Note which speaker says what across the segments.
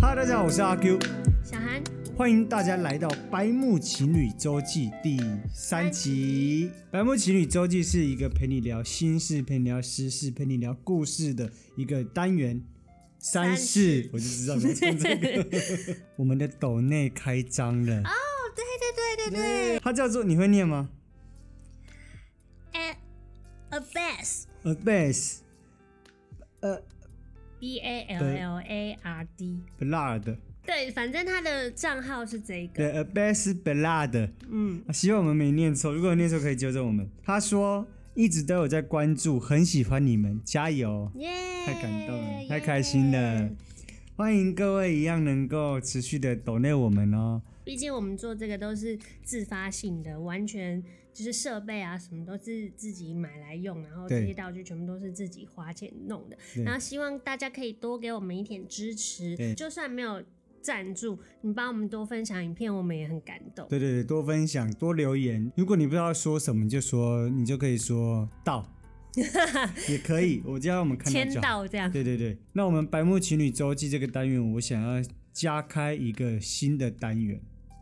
Speaker 1: 哈，大家好，我是阿 Q，
Speaker 2: 小韩，
Speaker 1: 欢迎大家来到《白木情侣周记》第三集。《白木情侣周记》是一个陪你聊心事、陪你聊私事、陪你聊故事的一个单元。三
Speaker 2: 三
Speaker 1: 事，我就知道你要唱这 个。我们的斗内开张了，
Speaker 2: 对对对哦对
Speaker 1: 它叫做你会念吗
Speaker 2: ，a a bass
Speaker 1: ？A bass
Speaker 2: b a l l a r d，
Speaker 1: blood，
Speaker 2: 对，反正他的账号是这个，
Speaker 1: 对，A 呃 bass blood。
Speaker 2: 嗯，
Speaker 1: 啊希望我们没念错，如果有念错可以纠正我们。他说一直都有在关注，很喜欢你们，加油！
Speaker 2: 耶，
Speaker 1: 太感动了，太开心了
Speaker 2: 耶。！
Speaker 1: 欢迎各位一样能够持续的抖内我们哦。
Speaker 2: 毕竟我们做这个都是自发性的，完全就是设备啊什么都是自己买来用，然后
Speaker 1: 对
Speaker 2: 这些道具全部都是自己花钱弄的
Speaker 1: 对。
Speaker 2: 然后希望大家可以多给我们一点支持
Speaker 1: 对，
Speaker 2: 就算没有赞助，你帮我们多分享影片，我们也很感动。
Speaker 1: 对对对，多分享，多留言。如果你不知道说什么，你就说你就可以说到， 也可以，我就让我们看
Speaker 2: 签
Speaker 1: 到就好。
Speaker 2: 到这样，
Speaker 1: 对对对，那我们白木情侣周记这个单元，我想要加开一个新的单元。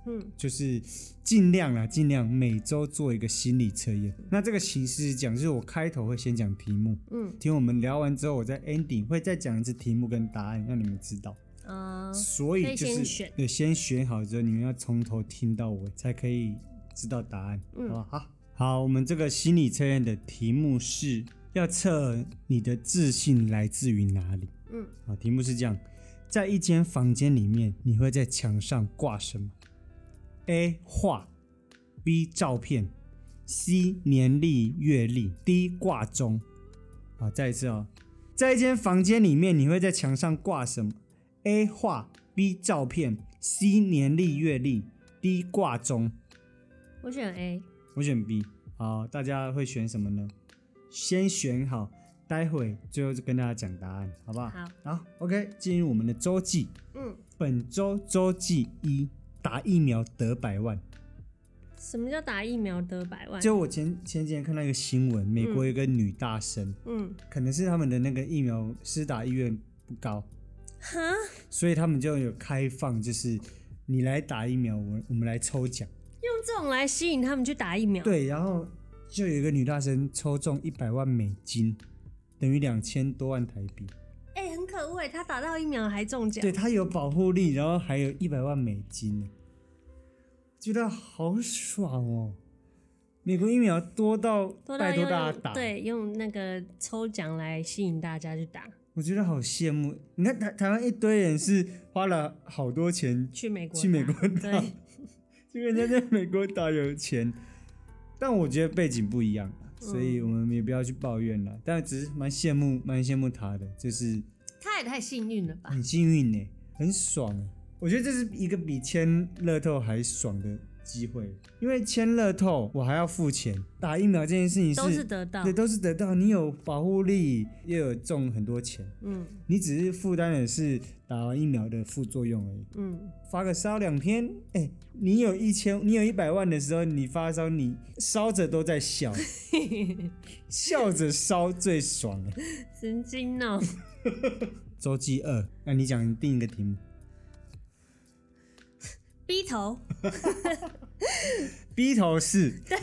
Speaker 2: 嗯，
Speaker 1: 就是尽量啦，尽量每周做一个心理测验。那这个形式是讲，就是我开头会先讲题目，
Speaker 2: 嗯，
Speaker 1: 听我们聊完之后，我再 ending 会再讲一次题目跟答案，让你们知道。
Speaker 2: 呃，
Speaker 1: 所
Speaker 2: 可
Speaker 1: 以
Speaker 2: 以
Speaker 1: 就
Speaker 2: 先
Speaker 1: 是
Speaker 2: 选
Speaker 1: 对，先选好之后，你们要从头听到尾，才可以知道答案，
Speaker 2: 嗯
Speaker 1: 好不好？好，我们这个心理测验的题目是要测你的自信来自于哪里。
Speaker 2: 嗯，
Speaker 1: 好，题目是这样：在一间房间里面，你会在墙上挂什么？A. 画，B. 照片，C. 年历、月历，D. 挂钟。好，再一次哦，在一间房间里面，你会在墙上挂什么？A. 画，B. 照片，C. 年历、月历，D. 挂钟。
Speaker 2: 我选 A。
Speaker 1: 我选 B。好，大家会选什么呢？先选好，待会最后就跟大家讲答案，好不好？
Speaker 2: 好
Speaker 1: 好，OK，进入我们的周记。
Speaker 2: 嗯，
Speaker 1: 本周周记一：打疫苗得百万。
Speaker 2: 什么叫打疫苗得百万？
Speaker 1: 就我前前几天看到一个新闻，美国有一个女大生，
Speaker 2: 嗯，
Speaker 1: 可能是他们的那个疫苗施打意愿不高，
Speaker 2: 哈，
Speaker 1: 所以他们就有开放，就是你来打疫苗，我我们来抽奖。
Speaker 2: 用这种来吸引他们去打疫苗。，
Speaker 1: 对，然后就有一个女大生抽中一百万美金，等于两千多万台币。
Speaker 2: 哎、很可恶哎，他打到疫苗还中奖
Speaker 1: 对，，她有保护力，然后还有一百万美金呢，觉得好爽哦！美国疫苗多到
Speaker 2: 多到
Speaker 1: 拜托
Speaker 2: 用
Speaker 1: 大家打，
Speaker 2: 对，用那个抽奖来吸引大家去打，
Speaker 1: 我觉得好羡慕。你看台台湾一堆人是花了好多钱
Speaker 2: 去美国，
Speaker 1: 去美国打
Speaker 2: 对，
Speaker 1: 结果人家在美国打有钱，但我觉得背景不一样，所以我们也不要去抱怨了。但只是蛮羡慕，蛮羡慕他的，就是
Speaker 2: 他也太幸运了吧？
Speaker 1: 很幸运呢、很爽、欸。我觉得这是一个比签乐透还爽的机会，因为签乐透我还要付钱，打疫苗这件事情
Speaker 2: 都
Speaker 1: 是
Speaker 2: 是得到
Speaker 1: 对，，都是得到，你有保护力，又有中很多钱，
Speaker 2: 嗯
Speaker 1: 你只是负担的是打完疫苗的副作用而已。
Speaker 2: 嗯，
Speaker 1: 发个烧两天，哎、你有一千，你有一百万的时候，你发烧，你烧着都在 笑，笑着烧最爽了。
Speaker 2: 神经哦、
Speaker 1: 周记二，那你讲定一个题目。
Speaker 2: b 头，
Speaker 1: B 头是
Speaker 2: 对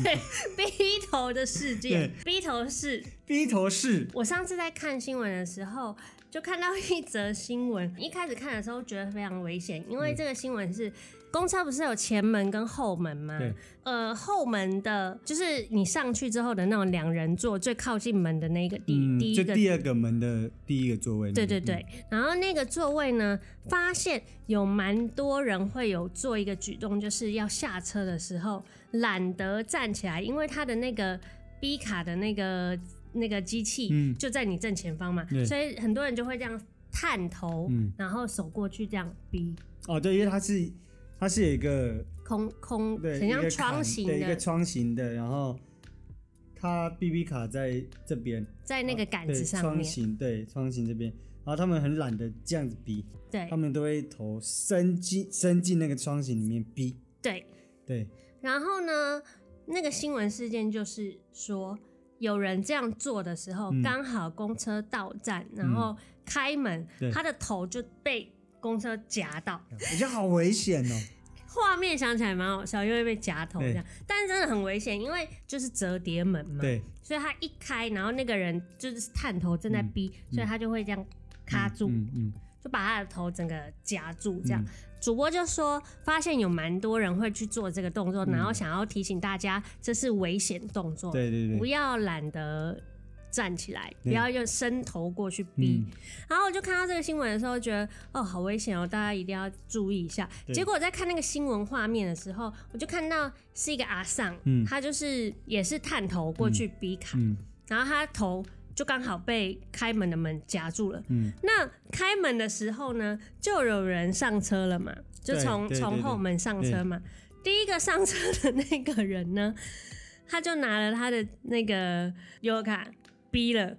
Speaker 2: ，B 头的事件，B 头是
Speaker 1: B 头是，
Speaker 2: 我上次在看新闻的时候，就看到一则新闻。一开始看的时候觉得非常危险，因为这个新闻是公车不是有前门跟后门吗？
Speaker 1: 对，
Speaker 2: 呃，后门的就是你上去之后的那种两人座，最靠近门的那个第、
Speaker 1: 嗯，
Speaker 2: 第
Speaker 1: 就
Speaker 2: 一个。
Speaker 1: 第二嗯个门的第一个座位。
Speaker 2: 对对对，然后那个座位呢，发现有蛮多人会有做一个举动，就是要下车的时候懒得站起来，因为他的那个 B 卡的那个那个机器，
Speaker 1: 嗯
Speaker 2: 就在你正前方嘛
Speaker 1: 对，
Speaker 2: 所以很多人就会这样探头，
Speaker 1: 嗯
Speaker 2: 然后手过去这样逼
Speaker 1: 哦对，因为它是它是有一个
Speaker 2: 空空，
Speaker 1: 对
Speaker 2: 很
Speaker 1: 一个
Speaker 2: 像
Speaker 1: 坎
Speaker 2: 窗型
Speaker 1: 对一个
Speaker 2: 的，
Speaker 1: 窗型的，然后它 B B 卡在这边，
Speaker 2: 在那个杆
Speaker 1: 啊对
Speaker 2: 子上
Speaker 1: 窗
Speaker 2: 面，
Speaker 1: 型对窗型这边，然后他们很懒得这样子逼，
Speaker 2: 对
Speaker 1: 他们都会头伸进伸进那个窗型里面逼，
Speaker 2: 对。
Speaker 1: 对，
Speaker 2: 然后呢，那个新闻事件就是说，有人这样做的时候，
Speaker 1: 嗯
Speaker 2: 刚好公车到站，然后开门
Speaker 1: 对，
Speaker 2: 他的头就被公车夹到，
Speaker 1: 我觉得好危险 哦。
Speaker 2: 画面想起来蛮好笑，因为被夹头这样，但是真的很危险，因为就是折叠门嘛，
Speaker 1: 对，
Speaker 2: 所以他一开，然后那个人就是探头正在逼，所以他就会这样卡住，
Speaker 1: 嗯嗯，
Speaker 2: 就把他的头整个夹住，这样。主播就说，发现有蛮多人会去做这个动作，然后想要提醒大家，这是危险动
Speaker 1: 嗯
Speaker 2: 作，
Speaker 1: 对对
Speaker 2: 不
Speaker 1: 对，
Speaker 2: 要懒得站起来，不
Speaker 1: 对
Speaker 2: 要用伸头过去逼。
Speaker 1: 嗯，
Speaker 2: 然后我就看到这个新闻的时候，觉得哦，好危险哦，大家一定要注意一下。
Speaker 1: 对
Speaker 2: 结果我在看那个新闻画面的时候，我就看到是一个阿尚，
Speaker 1: 嗯
Speaker 2: 他就是也是探头过去逼卡，
Speaker 1: 嗯
Speaker 2: 然后他头就刚好被开门的门夹住了。
Speaker 1: 嗯
Speaker 2: 那开门的时候呢，就有人上车了嘛，就
Speaker 1: 对
Speaker 2: 从
Speaker 1: 对对
Speaker 2: 从
Speaker 1: 对
Speaker 2: 后门上车嘛。第一个上车的那个人呢，他就拿了他的那个 U 卡逼了。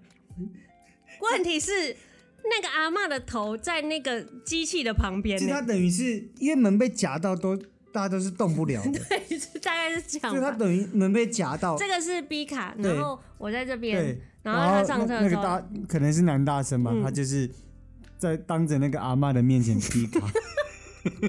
Speaker 2: 问题是，那个阿嬷的头在那个机器的旁边
Speaker 1: 其实
Speaker 2: 呢
Speaker 1: 他，等于是因为门被夹到都，大家都是动不了的，
Speaker 2: 大概是这
Speaker 1: 所以
Speaker 2: 样
Speaker 1: 他
Speaker 2: 吧。
Speaker 1: 等于门被夹到，
Speaker 2: 这个是 B 卡，
Speaker 1: 对
Speaker 2: 然后我在这边
Speaker 1: 对，，
Speaker 2: 然后他
Speaker 1: 那
Speaker 2: 上车
Speaker 1: 那
Speaker 2: 的
Speaker 1: 个
Speaker 2: 时候，
Speaker 1: 大可能是男大生吧，
Speaker 2: 嗯
Speaker 1: 他就是在当着那个阿嬷的面前劈 卡，
Speaker 2: 我觉得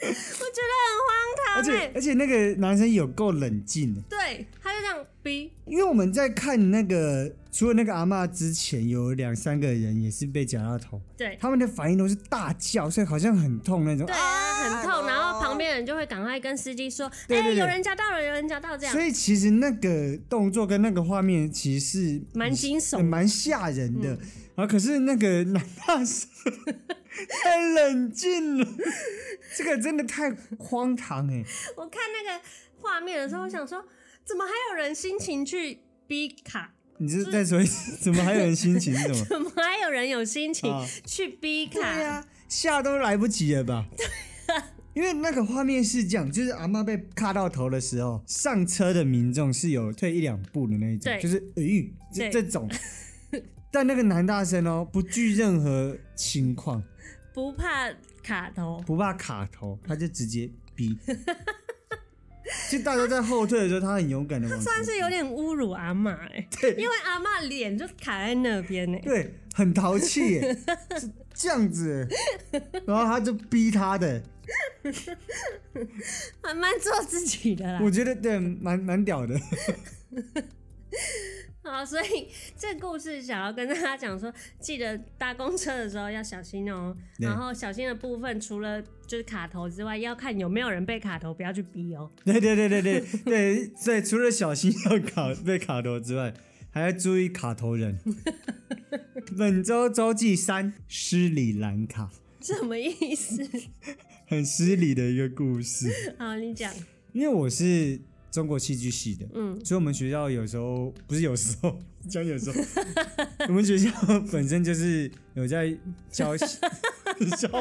Speaker 2: 很
Speaker 1: 而
Speaker 2: 荒唐哎、
Speaker 1: 且而且那个男生有够冷静的，
Speaker 2: 对，他就这样逼，
Speaker 1: 因为我们在看那个除了那个阿嬷之前，有两三个人也是被夹到头，
Speaker 2: 对，
Speaker 1: 他们的反应都是大叫，所以好像很痛那种，
Speaker 2: 对
Speaker 1: 啊
Speaker 2: 啊，很痛，然后旁边人就会赶快跟司机说：“哎、
Speaker 1: 对对对
Speaker 2: 有人夹到了，有人夹到。”这样
Speaker 1: 所以其实那个动作跟那个画面其实是
Speaker 2: 蛮嗯惊
Speaker 1: 对
Speaker 2: 悚。
Speaker 1: 蛮吓人的。啊，可是那个男大生 太冷静了，这个真的太荒唐哎、
Speaker 2: 我看那个画面的时候，我想说，怎么还有人心情去逼卡？
Speaker 1: 你
Speaker 2: 嗯
Speaker 1: 这再说一次，怎么还有人心情？怎么？
Speaker 2: 怎么还有人有心情
Speaker 1: 啊
Speaker 2: 去逼
Speaker 1: 对
Speaker 2: 卡？
Speaker 1: 呀、吓都来不及了吧？因为那个画面是这样，就是阿妈被卡到头的时候，上车的民众是有退一两步的那一种
Speaker 2: 对，
Speaker 1: 就是咦、这这
Speaker 2: 对
Speaker 1: 种。但那个男大生哦，不惧任何情况，
Speaker 2: 不怕卡头，
Speaker 1: 不怕卡头，他就直接逼。 就大家在后退的时候，他很勇敢的往前。
Speaker 2: 算是有点侮辱阿嬷哎、
Speaker 1: 对
Speaker 2: 因为阿嬷脸就卡在那边欸呢、
Speaker 1: 对，很淘气耶， 是这样子耶。然后他就逼他的，
Speaker 2: 还蛮做自己的啦。
Speaker 1: 我觉得对，蛮蛮屌的。
Speaker 2: 好，所以这个故事想要跟大家讲说，记得搭公车的时候要小心哦、
Speaker 1: 对
Speaker 2: 然后小心的部分，除了就是卡头之外，要看有没有人被卡头，不要去逼哦、
Speaker 1: 对对对对对对，所以除了小心要卡被卡头之外，还要注意卡头人。本周周记三：斯里兰卡，
Speaker 2: 什么意思？
Speaker 1: 很失礼的一个故事。
Speaker 2: 好，你讲。
Speaker 1: 因为我是中国戏剧系的，
Speaker 2: 嗯，
Speaker 1: 所以我们学校有时候不是有时候 讲有时候，我们学校本身就是有在教 笑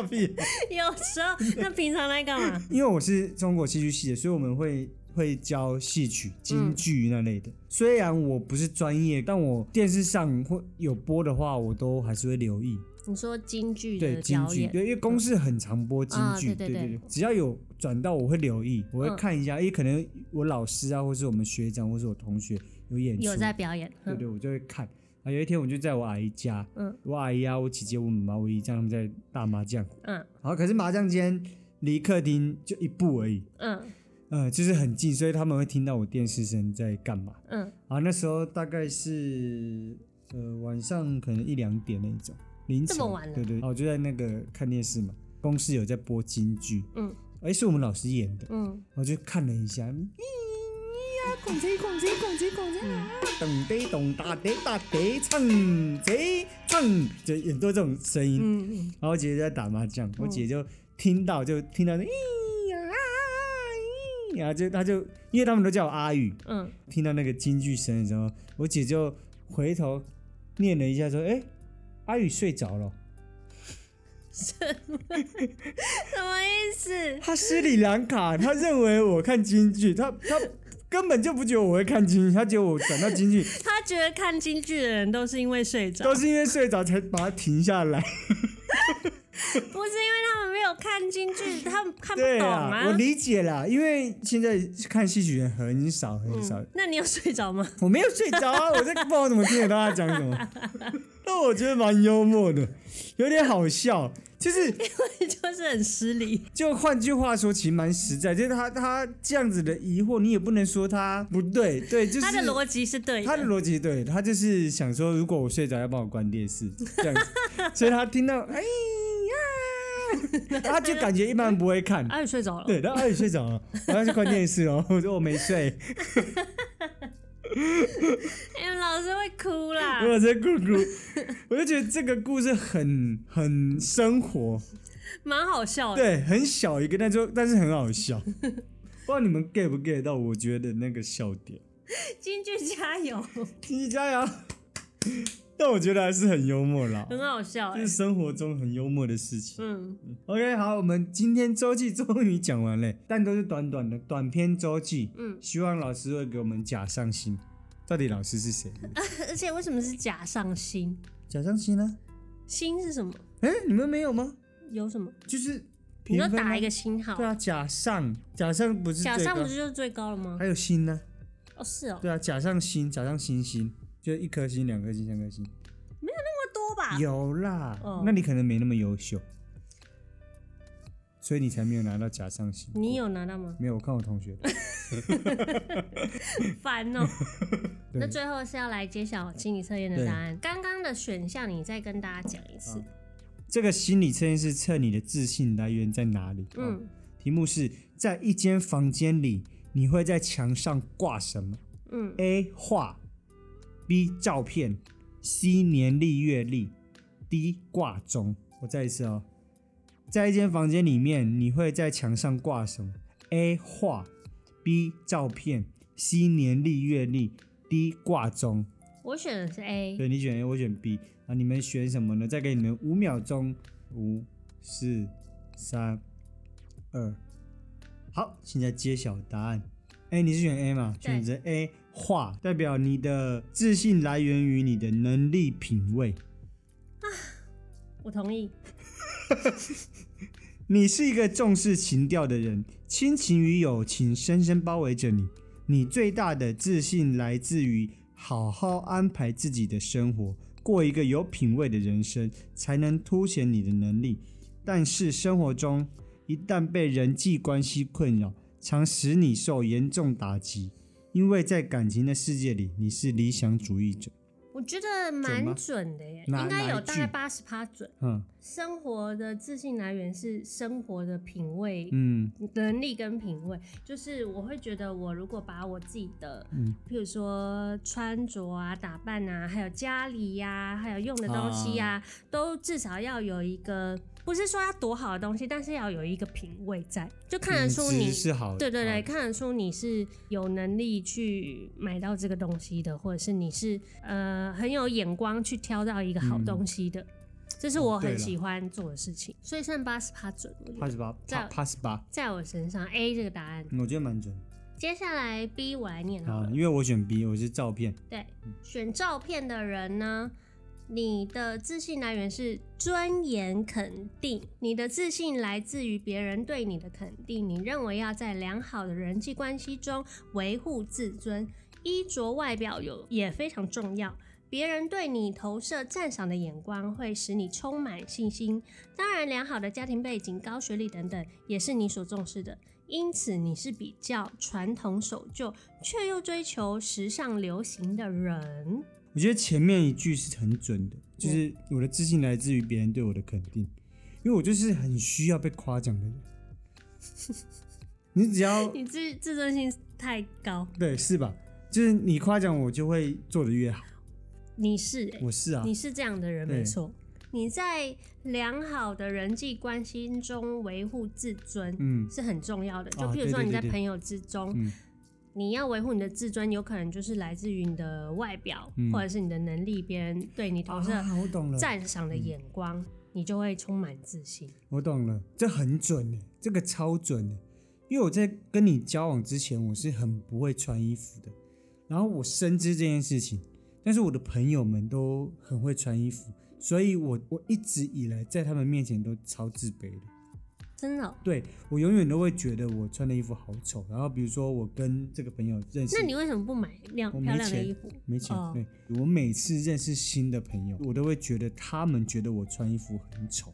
Speaker 1: 屁，
Speaker 2: 有时候那平常在干嘛？
Speaker 1: 因为我是中国戏剧系的，所以我们会会教戏曲、
Speaker 2: 嗯
Speaker 1: 京剧那类的。虽然我不是专业，但我电视上会有播的话，我都还是会留意。
Speaker 2: 你说京剧
Speaker 1: 对
Speaker 2: 的
Speaker 1: 京
Speaker 2: 表
Speaker 1: 剧，
Speaker 2: 演，
Speaker 1: 对，因为公司很常播京
Speaker 2: 啊
Speaker 1: 剧，
Speaker 2: 对对
Speaker 1: 对
Speaker 2: 对
Speaker 1: 对，只要有转到，我会留意，我会
Speaker 2: 嗯
Speaker 1: 看一下，因为可能我老师啊，或是我们学长，或是我同学有演出，
Speaker 2: 有在表演。
Speaker 1: 对
Speaker 2: 嗯
Speaker 1: 对，我就会看。啊，有一天我就在我阿姨家，
Speaker 2: 嗯
Speaker 1: 我阿姨啊，我姐姐、我妈妈、我姨丈他们在打麻将，
Speaker 2: 嗯
Speaker 1: 然后可是麻将间离客厅就一步而已，
Speaker 2: 嗯
Speaker 1: 呃，就是很近，所以他们会听到我电视声在干嘛。
Speaker 2: 嗯，
Speaker 1: 啊，那时候大概是呃晚上可能一两点那一种，凌晨。
Speaker 2: 这么晚了
Speaker 1: 对对，啊我就在那个看电视嘛，公司有在播京剧，
Speaker 2: 嗯，
Speaker 1: 哎、是我们老师演的，
Speaker 2: 嗯
Speaker 1: 我就看了一下，咿呀，拱贼拱贼拱贼拱贼啊，咚
Speaker 2: 嗯
Speaker 1: 得咚哒得哒得，唱贼唱，就很多这种声音。
Speaker 2: 嗯嗯，
Speaker 1: 然后我姐姐在打麻将，我姐就听到就听到那咿呀啊咿呀，然后就她就因为他们都叫我阿宇，
Speaker 2: 嗯，
Speaker 1: 听到那个京剧声的时候，我姐就回头念了一下说：“哎、阿宇睡着了。
Speaker 2: 什么意”思？
Speaker 1: 他斯里兰卡，他认为我看京剧，他他根本就不觉得我会看京剧，他觉得我转到京剧
Speaker 2: 他觉得看京剧的人都是因为睡着，
Speaker 1: 都是因为睡着才把它停下来。
Speaker 2: 不是因为他们没有看京剧，他们看不
Speaker 1: 对
Speaker 2: 懂
Speaker 1: 啊，我理解啦，因为现在看戏曲人很少很少，
Speaker 2: 那你有睡着吗？
Speaker 1: 我没有睡着啊，我在不知道怎么听得到他讲什么，但我觉得蛮幽默的，有点好笑。就是
Speaker 2: 就是很失礼。
Speaker 1: 就换句话说，其实蛮实在，就是他他这样子的疑惑，你也不能说他不对，对，就是
Speaker 2: 他的逻辑是对
Speaker 1: 他的
Speaker 2: 的，
Speaker 1: 逻辑对，他就是想说，如果我睡着，要帮我关电视这样子，所以他听到 哎呀，他就感觉一般不会看，
Speaker 2: 啊，你睡着了。
Speaker 1: 对，然后哎睡着了，然后就关电视哦，我说我没睡，
Speaker 2: 哎、老师会 哭啦。
Speaker 1: 我在咕咕，我就觉得这个故事很很生活，
Speaker 2: 蛮好笑的。
Speaker 1: 对，很小一个，但就但是很好笑， 不知道你们 get 不 get 到？我觉得那个笑点，
Speaker 2: 京剧加油，
Speaker 1: 听你加油， 但我觉得还是很幽默啦，
Speaker 2: 很好笑、
Speaker 1: 这
Speaker 2: 欸
Speaker 1: 是。生活中很幽默的事情。
Speaker 2: 嗯，
Speaker 1: OK，好，我们今天周记终于讲完了，但都是短短的短篇周记。
Speaker 2: 嗯，
Speaker 1: 希望老师会给我们假上心。到底老师是 谁？
Speaker 2: 而且为什么是假上心？
Speaker 1: 假上心呢？
Speaker 2: 心是什么？
Speaker 1: 哎、你们没有吗？
Speaker 2: 有什么？
Speaker 1: 就是
Speaker 2: 你
Speaker 1: 评
Speaker 2: 要
Speaker 1: 分吗
Speaker 2: 打一个星号
Speaker 1: 对。啊，假上假上不是
Speaker 2: 假
Speaker 1: 最
Speaker 2: 上
Speaker 1: 高
Speaker 2: 不是就是最高了吗
Speaker 1: 还？有心呢？
Speaker 2: 哦，是哦，
Speaker 1: 对啊，假上心，假上星星，就一颗星、两颗星、三颗星，
Speaker 2: 那么多吧？
Speaker 1: 有啦。
Speaker 2: 哦
Speaker 1: 那你可能没那么优秀，所以你才没有拿到假上心。
Speaker 2: 你有拿到 吗？
Speaker 1: 没有？我看我同学，
Speaker 2: 烦哦。
Speaker 1: 对
Speaker 2: 那最后是要来揭晓心理测验的答案。刚刚的选项你再跟大家讲一次。
Speaker 1: 这个心理测验是测你的自信来源在哪里。嗯，
Speaker 2: 嗯
Speaker 1: 题目是在一间房间里，你会在墙上挂什么
Speaker 2: 嗯，
Speaker 1: ？A. 画，B. 照片，C. 年历月历，D. 挂钟。我再一次哦，在一间房间里面，你会在墙上挂什么？A. 画，B. 照片，C. 年历月历，D. 挂钟。
Speaker 2: 我选的是 A。
Speaker 1: 对你选 A，我选 B 啊，你们选什么呢？再给你们五秒钟，五、四、三、二，好，现在揭晓答案。哎，你是选 A 嘛？
Speaker 2: 对
Speaker 1: 选择 A 画代表你的自信来源于你的能力、品味。
Speaker 2: 我同意。
Speaker 1: 你是一个重视情调的人，亲情与友情深深包围着你。你最大的自信来自于好好安排自己的生活，过一个有品味的人生，才能凸显你的能力。但是生活中一旦被人际关系困扰，常使你受严重打击，因为在感情的世界里，你是理想主义者。
Speaker 2: 我觉得
Speaker 1: 准吗
Speaker 2: 蛮准的耶，
Speaker 1: 哪
Speaker 2: 应该
Speaker 1: 哪
Speaker 2: 有
Speaker 1: 一
Speaker 2: 大
Speaker 1: 句
Speaker 2: 概八十趴准。
Speaker 1: 嗯
Speaker 2: 生活的自信来源是生活的品味、
Speaker 1: 嗯
Speaker 2: 能力跟品味。就是我会觉得，我如果把我自己的，
Speaker 1: 嗯
Speaker 2: 譬如说穿着啊、打扮啊，还有家里呀、还有用的东西
Speaker 1: 啊
Speaker 2: 呀、都至少要有一个，不是说要多好的东西，但是要有一个品味在，就看得出
Speaker 1: 品
Speaker 2: 你
Speaker 1: 质。是好的，
Speaker 2: 对对对，
Speaker 1: 嗯
Speaker 2: 看得出你是有能力去买到这个东西的，或者是你是呃很有眼光去挑到一个好东西的，这是我
Speaker 1: 嗯哦对
Speaker 2: 很
Speaker 1: 了
Speaker 2: 喜欢做的事情。所以剩八十趴准，我觉
Speaker 1: 八
Speaker 2: 得
Speaker 1: 十八，
Speaker 2: 在
Speaker 1: 八十八，
Speaker 2: 在我身上 A 这个答案。
Speaker 1: 嗯我觉得蛮准的。
Speaker 2: 接下来 B 我来念好
Speaker 1: 啊
Speaker 2: 了，。
Speaker 1: 因为我选 B，我是照片。
Speaker 2: 对，选照片的人呢，你的自信来源是尊严肯定，你的自信来自于别人对你的肯定。你认为要在良好的人际关系中维护自尊，衣着外表有也非常重要。别人对你投射赞赏的眼光会使你充满信心。当然，良好的家庭背景、高学历等等也是你所重视的。因此，你是比较传统守旧，却又追求时尚流行的人。
Speaker 1: 我觉得前面一句是很准的，就是我的自信来自于别人对我的肯定，因为我就是很需要被夸奖的 人。你只要
Speaker 2: 你自自尊心太高，
Speaker 1: 对是吧？就是你夸奖我，就会做得越好。
Speaker 2: 你是、欸、
Speaker 1: 我是啊
Speaker 2: 你，是这样的人，
Speaker 1: 对
Speaker 2: 没错。你在良好的人际关系中维护自尊，
Speaker 1: 嗯
Speaker 2: 是很重要的。就
Speaker 1: 啊
Speaker 2: 譬如
Speaker 1: 对
Speaker 2: 说
Speaker 1: 对
Speaker 2: 你在
Speaker 1: 对对
Speaker 2: 朋友之中，
Speaker 1: 嗯
Speaker 2: 你要维护你的自尊，有可能就是来自于你的外表，
Speaker 1: 嗯
Speaker 2: 或者是你的能力，别人对你投射
Speaker 1: 啊，我懂了，
Speaker 2: 赞赏的眼
Speaker 1: 嗯
Speaker 2: 光，你就会充满自信。
Speaker 1: 我懂了，这很准的，这个超准的。欸因为我在跟你交往之前，我是很不会穿衣服的，然后我深知这件事情，但是我的朋友们都很会穿衣服，所以我我一直以来在他们面前都超自卑的。
Speaker 2: 真的哦、
Speaker 1: 对我永远都会觉得我穿的衣服好丑，然后比如说我跟这个朋友认识，
Speaker 2: 那你为什么不买亮
Speaker 1: 我
Speaker 2: 漂
Speaker 1: 没
Speaker 2: 亮的
Speaker 1: 钱
Speaker 2: 衣服？
Speaker 1: 没钱，
Speaker 2: 哦
Speaker 1: 对我每次认识新的朋友，我都会觉得他们觉得我穿衣服很丑，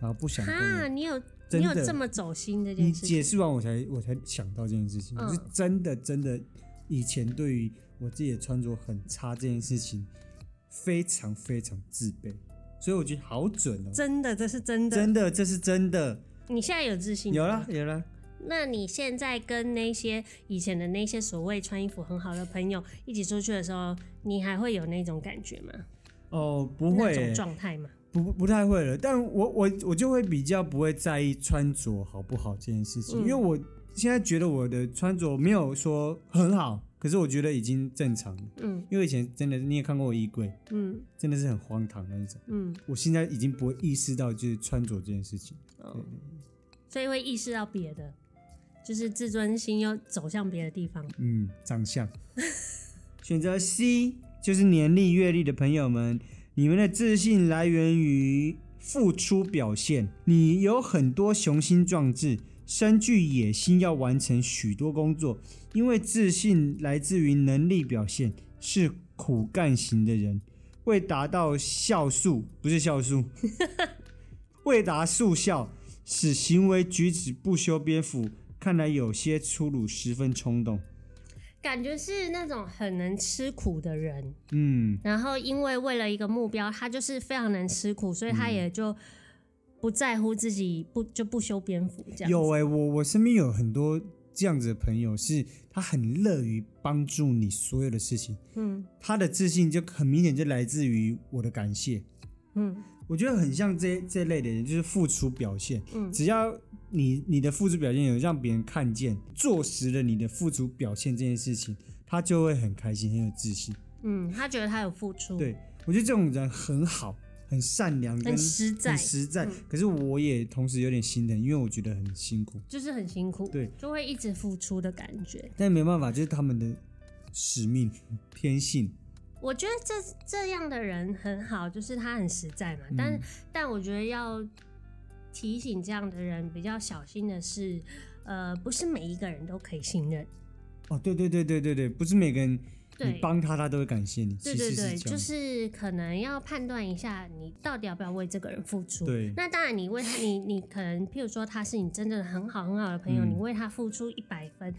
Speaker 1: 然后不想跟
Speaker 2: 哈，
Speaker 1: 人。
Speaker 2: 你有
Speaker 1: 真
Speaker 2: 你
Speaker 1: 的
Speaker 2: 有这么走心这
Speaker 1: 你
Speaker 2: 件事
Speaker 1: 解
Speaker 2: 情，
Speaker 1: 释完我才我才想到这件事情，
Speaker 2: 嗯
Speaker 1: 就是真的真的，以前对于我自己的穿着很差这件事情，非常非常自卑，所以我觉得好准哦，
Speaker 2: 真的，这是真的。
Speaker 1: 真的这是真的，
Speaker 2: 你现在有自信？
Speaker 1: 有啦。有啦，
Speaker 2: 那你现在跟那些以前的那些所谓穿衣服很好的朋友一起出去的时候，你还会有那种感觉吗？
Speaker 1: 哦，不会
Speaker 2: 那种
Speaker 1: 耶、
Speaker 2: 状态吗？
Speaker 1: 不不太会了，但我我我就会比较不会在意穿着好不好这件事情，
Speaker 2: 嗯
Speaker 1: 因为我现在觉得我的穿着没有说很好，可是我觉得已经正常了。
Speaker 2: 嗯
Speaker 1: 因为以前真的你也看过我衣柜，
Speaker 2: 嗯
Speaker 1: 真的是很荒唐那一种。
Speaker 2: 嗯，
Speaker 1: 我现在已经不会意识到就是穿着这件事情，
Speaker 2: 哦，所以会意识到别的，就是自尊心又走向别的地方。
Speaker 1: 嗯，长相。 选择 C 就是年历、阅历的朋友们，你们的自信来源于付出表现。你有很多雄心壮志，深具野心，要完成许多工作。因为自信来自于能力表现，是苦干型的人。为达到效速，不是效速，为达速效，使行为举止不修边幅，看来有些粗鲁，十分冲动。
Speaker 2: 感觉是那种很能吃苦的人，
Speaker 1: 嗯，
Speaker 2: 然后因为为了一个目标，他就是非常能吃苦，所以
Speaker 1: 嗯
Speaker 2: 他也就不在乎自己不就不修边幅这样。
Speaker 1: 有哎、我我身边有很多这样子的朋友，是他很乐于帮助你所有的事情，
Speaker 2: 嗯
Speaker 1: 他的自信就很明显就来自于我的感谢。
Speaker 2: 嗯
Speaker 1: 我觉得很像这这类的人，就是付出表现。
Speaker 2: 嗯
Speaker 1: 只要你你的付出表现有让别人看见，坐实了你的付出表现这件事情，他就会很开心，很有自信。
Speaker 2: 嗯，他觉得他有付出，，
Speaker 1: 对我觉得这种人很好，很善良，跟
Speaker 2: 嗯很实在
Speaker 1: 很，实在。
Speaker 2: 嗯
Speaker 1: 可是我也同时有点心疼，因为我觉得很辛苦，
Speaker 2: 就是很辛苦，
Speaker 1: 对，
Speaker 2: 就会一直付出的感觉。
Speaker 1: 但没办法，就是他们的使 命、天性。
Speaker 2: 我觉得这这样的人很好，就是他很实在嘛。
Speaker 1: 嗯
Speaker 2: 但但我觉得要提醒这样的人比较小心的是，呃，不是每一个人都可以信任。
Speaker 1: 哦，对对对对对对，不是每个人你
Speaker 2: 对
Speaker 1: 帮他，他都会感谢你。
Speaker 2: 对
Speaker 1: 其
Speaker 2: 对
Speaker 1: 实
Speaker 2: 对，
Speaker 1: 是这
Speaker 2: 就
Speaker 1: 样。
Speaker 2: 是可能要判断一下，你到底要不要为这个人付出。
Speaker 1: 对
Speaker 2: 那当然，你为他，你你可能，譬如说他是你真正很好很好的朋友，
Speaker 1: 嗯
Speaker 2: 你为他付出一百分，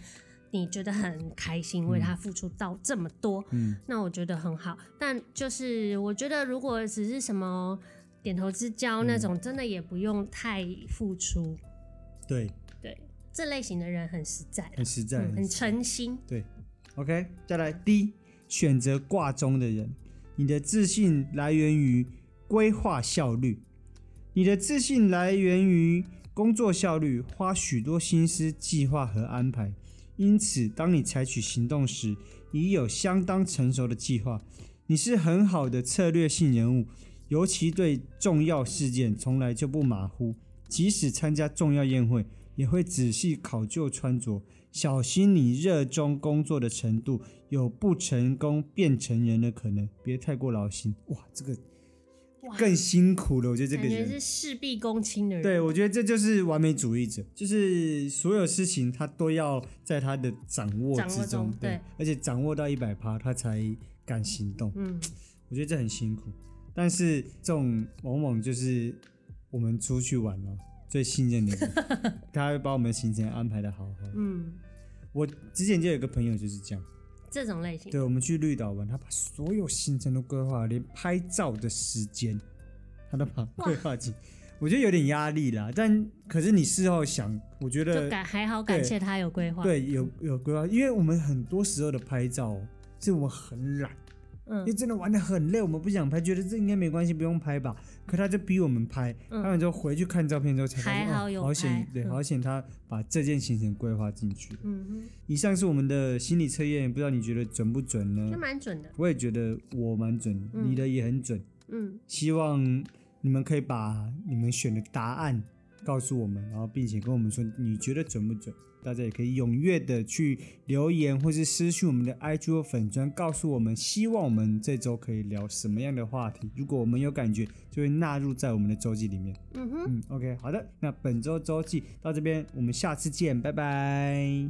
Speaker 2: 你觉得很开心，为他付出到这么多，
Speaker 1: 嗯，
Speaker 2: 那我觉得很好。但就是我觉得，如果只是什么点头之交
Speaker 1: 嗯
Speaker 2: 那种，真的也不用太付出。
Speaker 1: 对，
Speaker 2: 对，这类型的人很实在，
Speaker 1: 很实在，
Speaker 2: 嗯，很
Speaker 1: 实在
Speaker 2: 诚心。
Speaker 1: 对，OK，再来 D，选择挂钟的人，你的自信来源于规划效率，你的自信来源于工作效率，花许多心思计划和安排。因此，当你采取行动时，已有相当成熟的计划。你是很好的策略性人物，尤其对重要事件从来就不马虎。即使参加重要宴会，也会仔细考究穿着，小心你热衷工作的程度，有不成功变成人的可能，别太过劳心。哇，这个
Speaker 2: 哇
Speaker 1: 更辛苦了，我觉得这
Speaker 2: 感
Speaker 1: 个
Speaker 2: 觉
Speaker 1: 人
Speaker 2: 是。事必躬亲的人，
Speaker 1: 对，我觉得这就是完美主义者，就是所有事情他都要在他的掌握
Speaker 2: 掌握
Speaker 1: 之中
Speaker 2: 中，对
Speaker 1: 而且掌握到一百趴，他才敢行动。
Speaker 2: 嗯，
Speaker 1: 我觉得这很辛苦，但是这种往往就是我们出去玩了、最信任的 人，他会把我们的行程安排的好好。
Speaker 2: 嗯，
Speaker 1: 我之前就有一个朋友就是这样，
Speaker 2: 这种类型，
Speaker 1: 对我们去绿岛玩，他把所有行程都规划，连拍照的时间他都把它规划进。我觉得有点压力啦，但可是你事后想，我觉
Speaker 2: 就嗯
Speaker 1: 得
Speaker 2: 感还好感
Speaker 1: 对
Speaker 2: 谢他有规划，，
Speaker 1: 对有有规划，因为我们很多时候的拍照哦是我们很懒，因为
Speaker 2: 嗯，
Speaker 1: 真的玩的很累，我们不想拍，觉得这应该没关系，不用拍吧。可他就逼我们拍，
Speaker 2: 嗯
Speaker 1: 拍完之后回去看照片之后才发现，
Speaker 2: 还好
Speaker 1: 哦
Speaker 2: 有
Speaker 1: 好险
Speaker 2: 拍，
Speaker 1: 对，
Speaker 2: 嗯
Speaker 1: 好险他把这件行程规划进去。
Speaker 2: 嗯
Speaker 1: 以上是我们的心理测验，不知道你觉得准不准
Speaker 2: 哼，
Speaker 1: 呢
Speaker 2: 就？蛮准的，
Speaker 1: 我也觉得我蛮准，
Speaker 2: 嗯
Speaker 1: 你的也很准。
Speaker 2: 嗯，
Speaker 1: 希望你们可以把你们选的答案告诉我们，然后并且跟我们说你觉得准不准。大家也可以踊跃的去留言或是私讯我们的 IG 或粉砖，告诉我们希望我们这周可以聊什么样的话题。如果我们有感觉，就会纳入在我们的周记里面。
Speaker 2: 嗯哼。
Speaker 1: 嗯，OK，好的，那本周周记到这边，我们下次见，拜拜。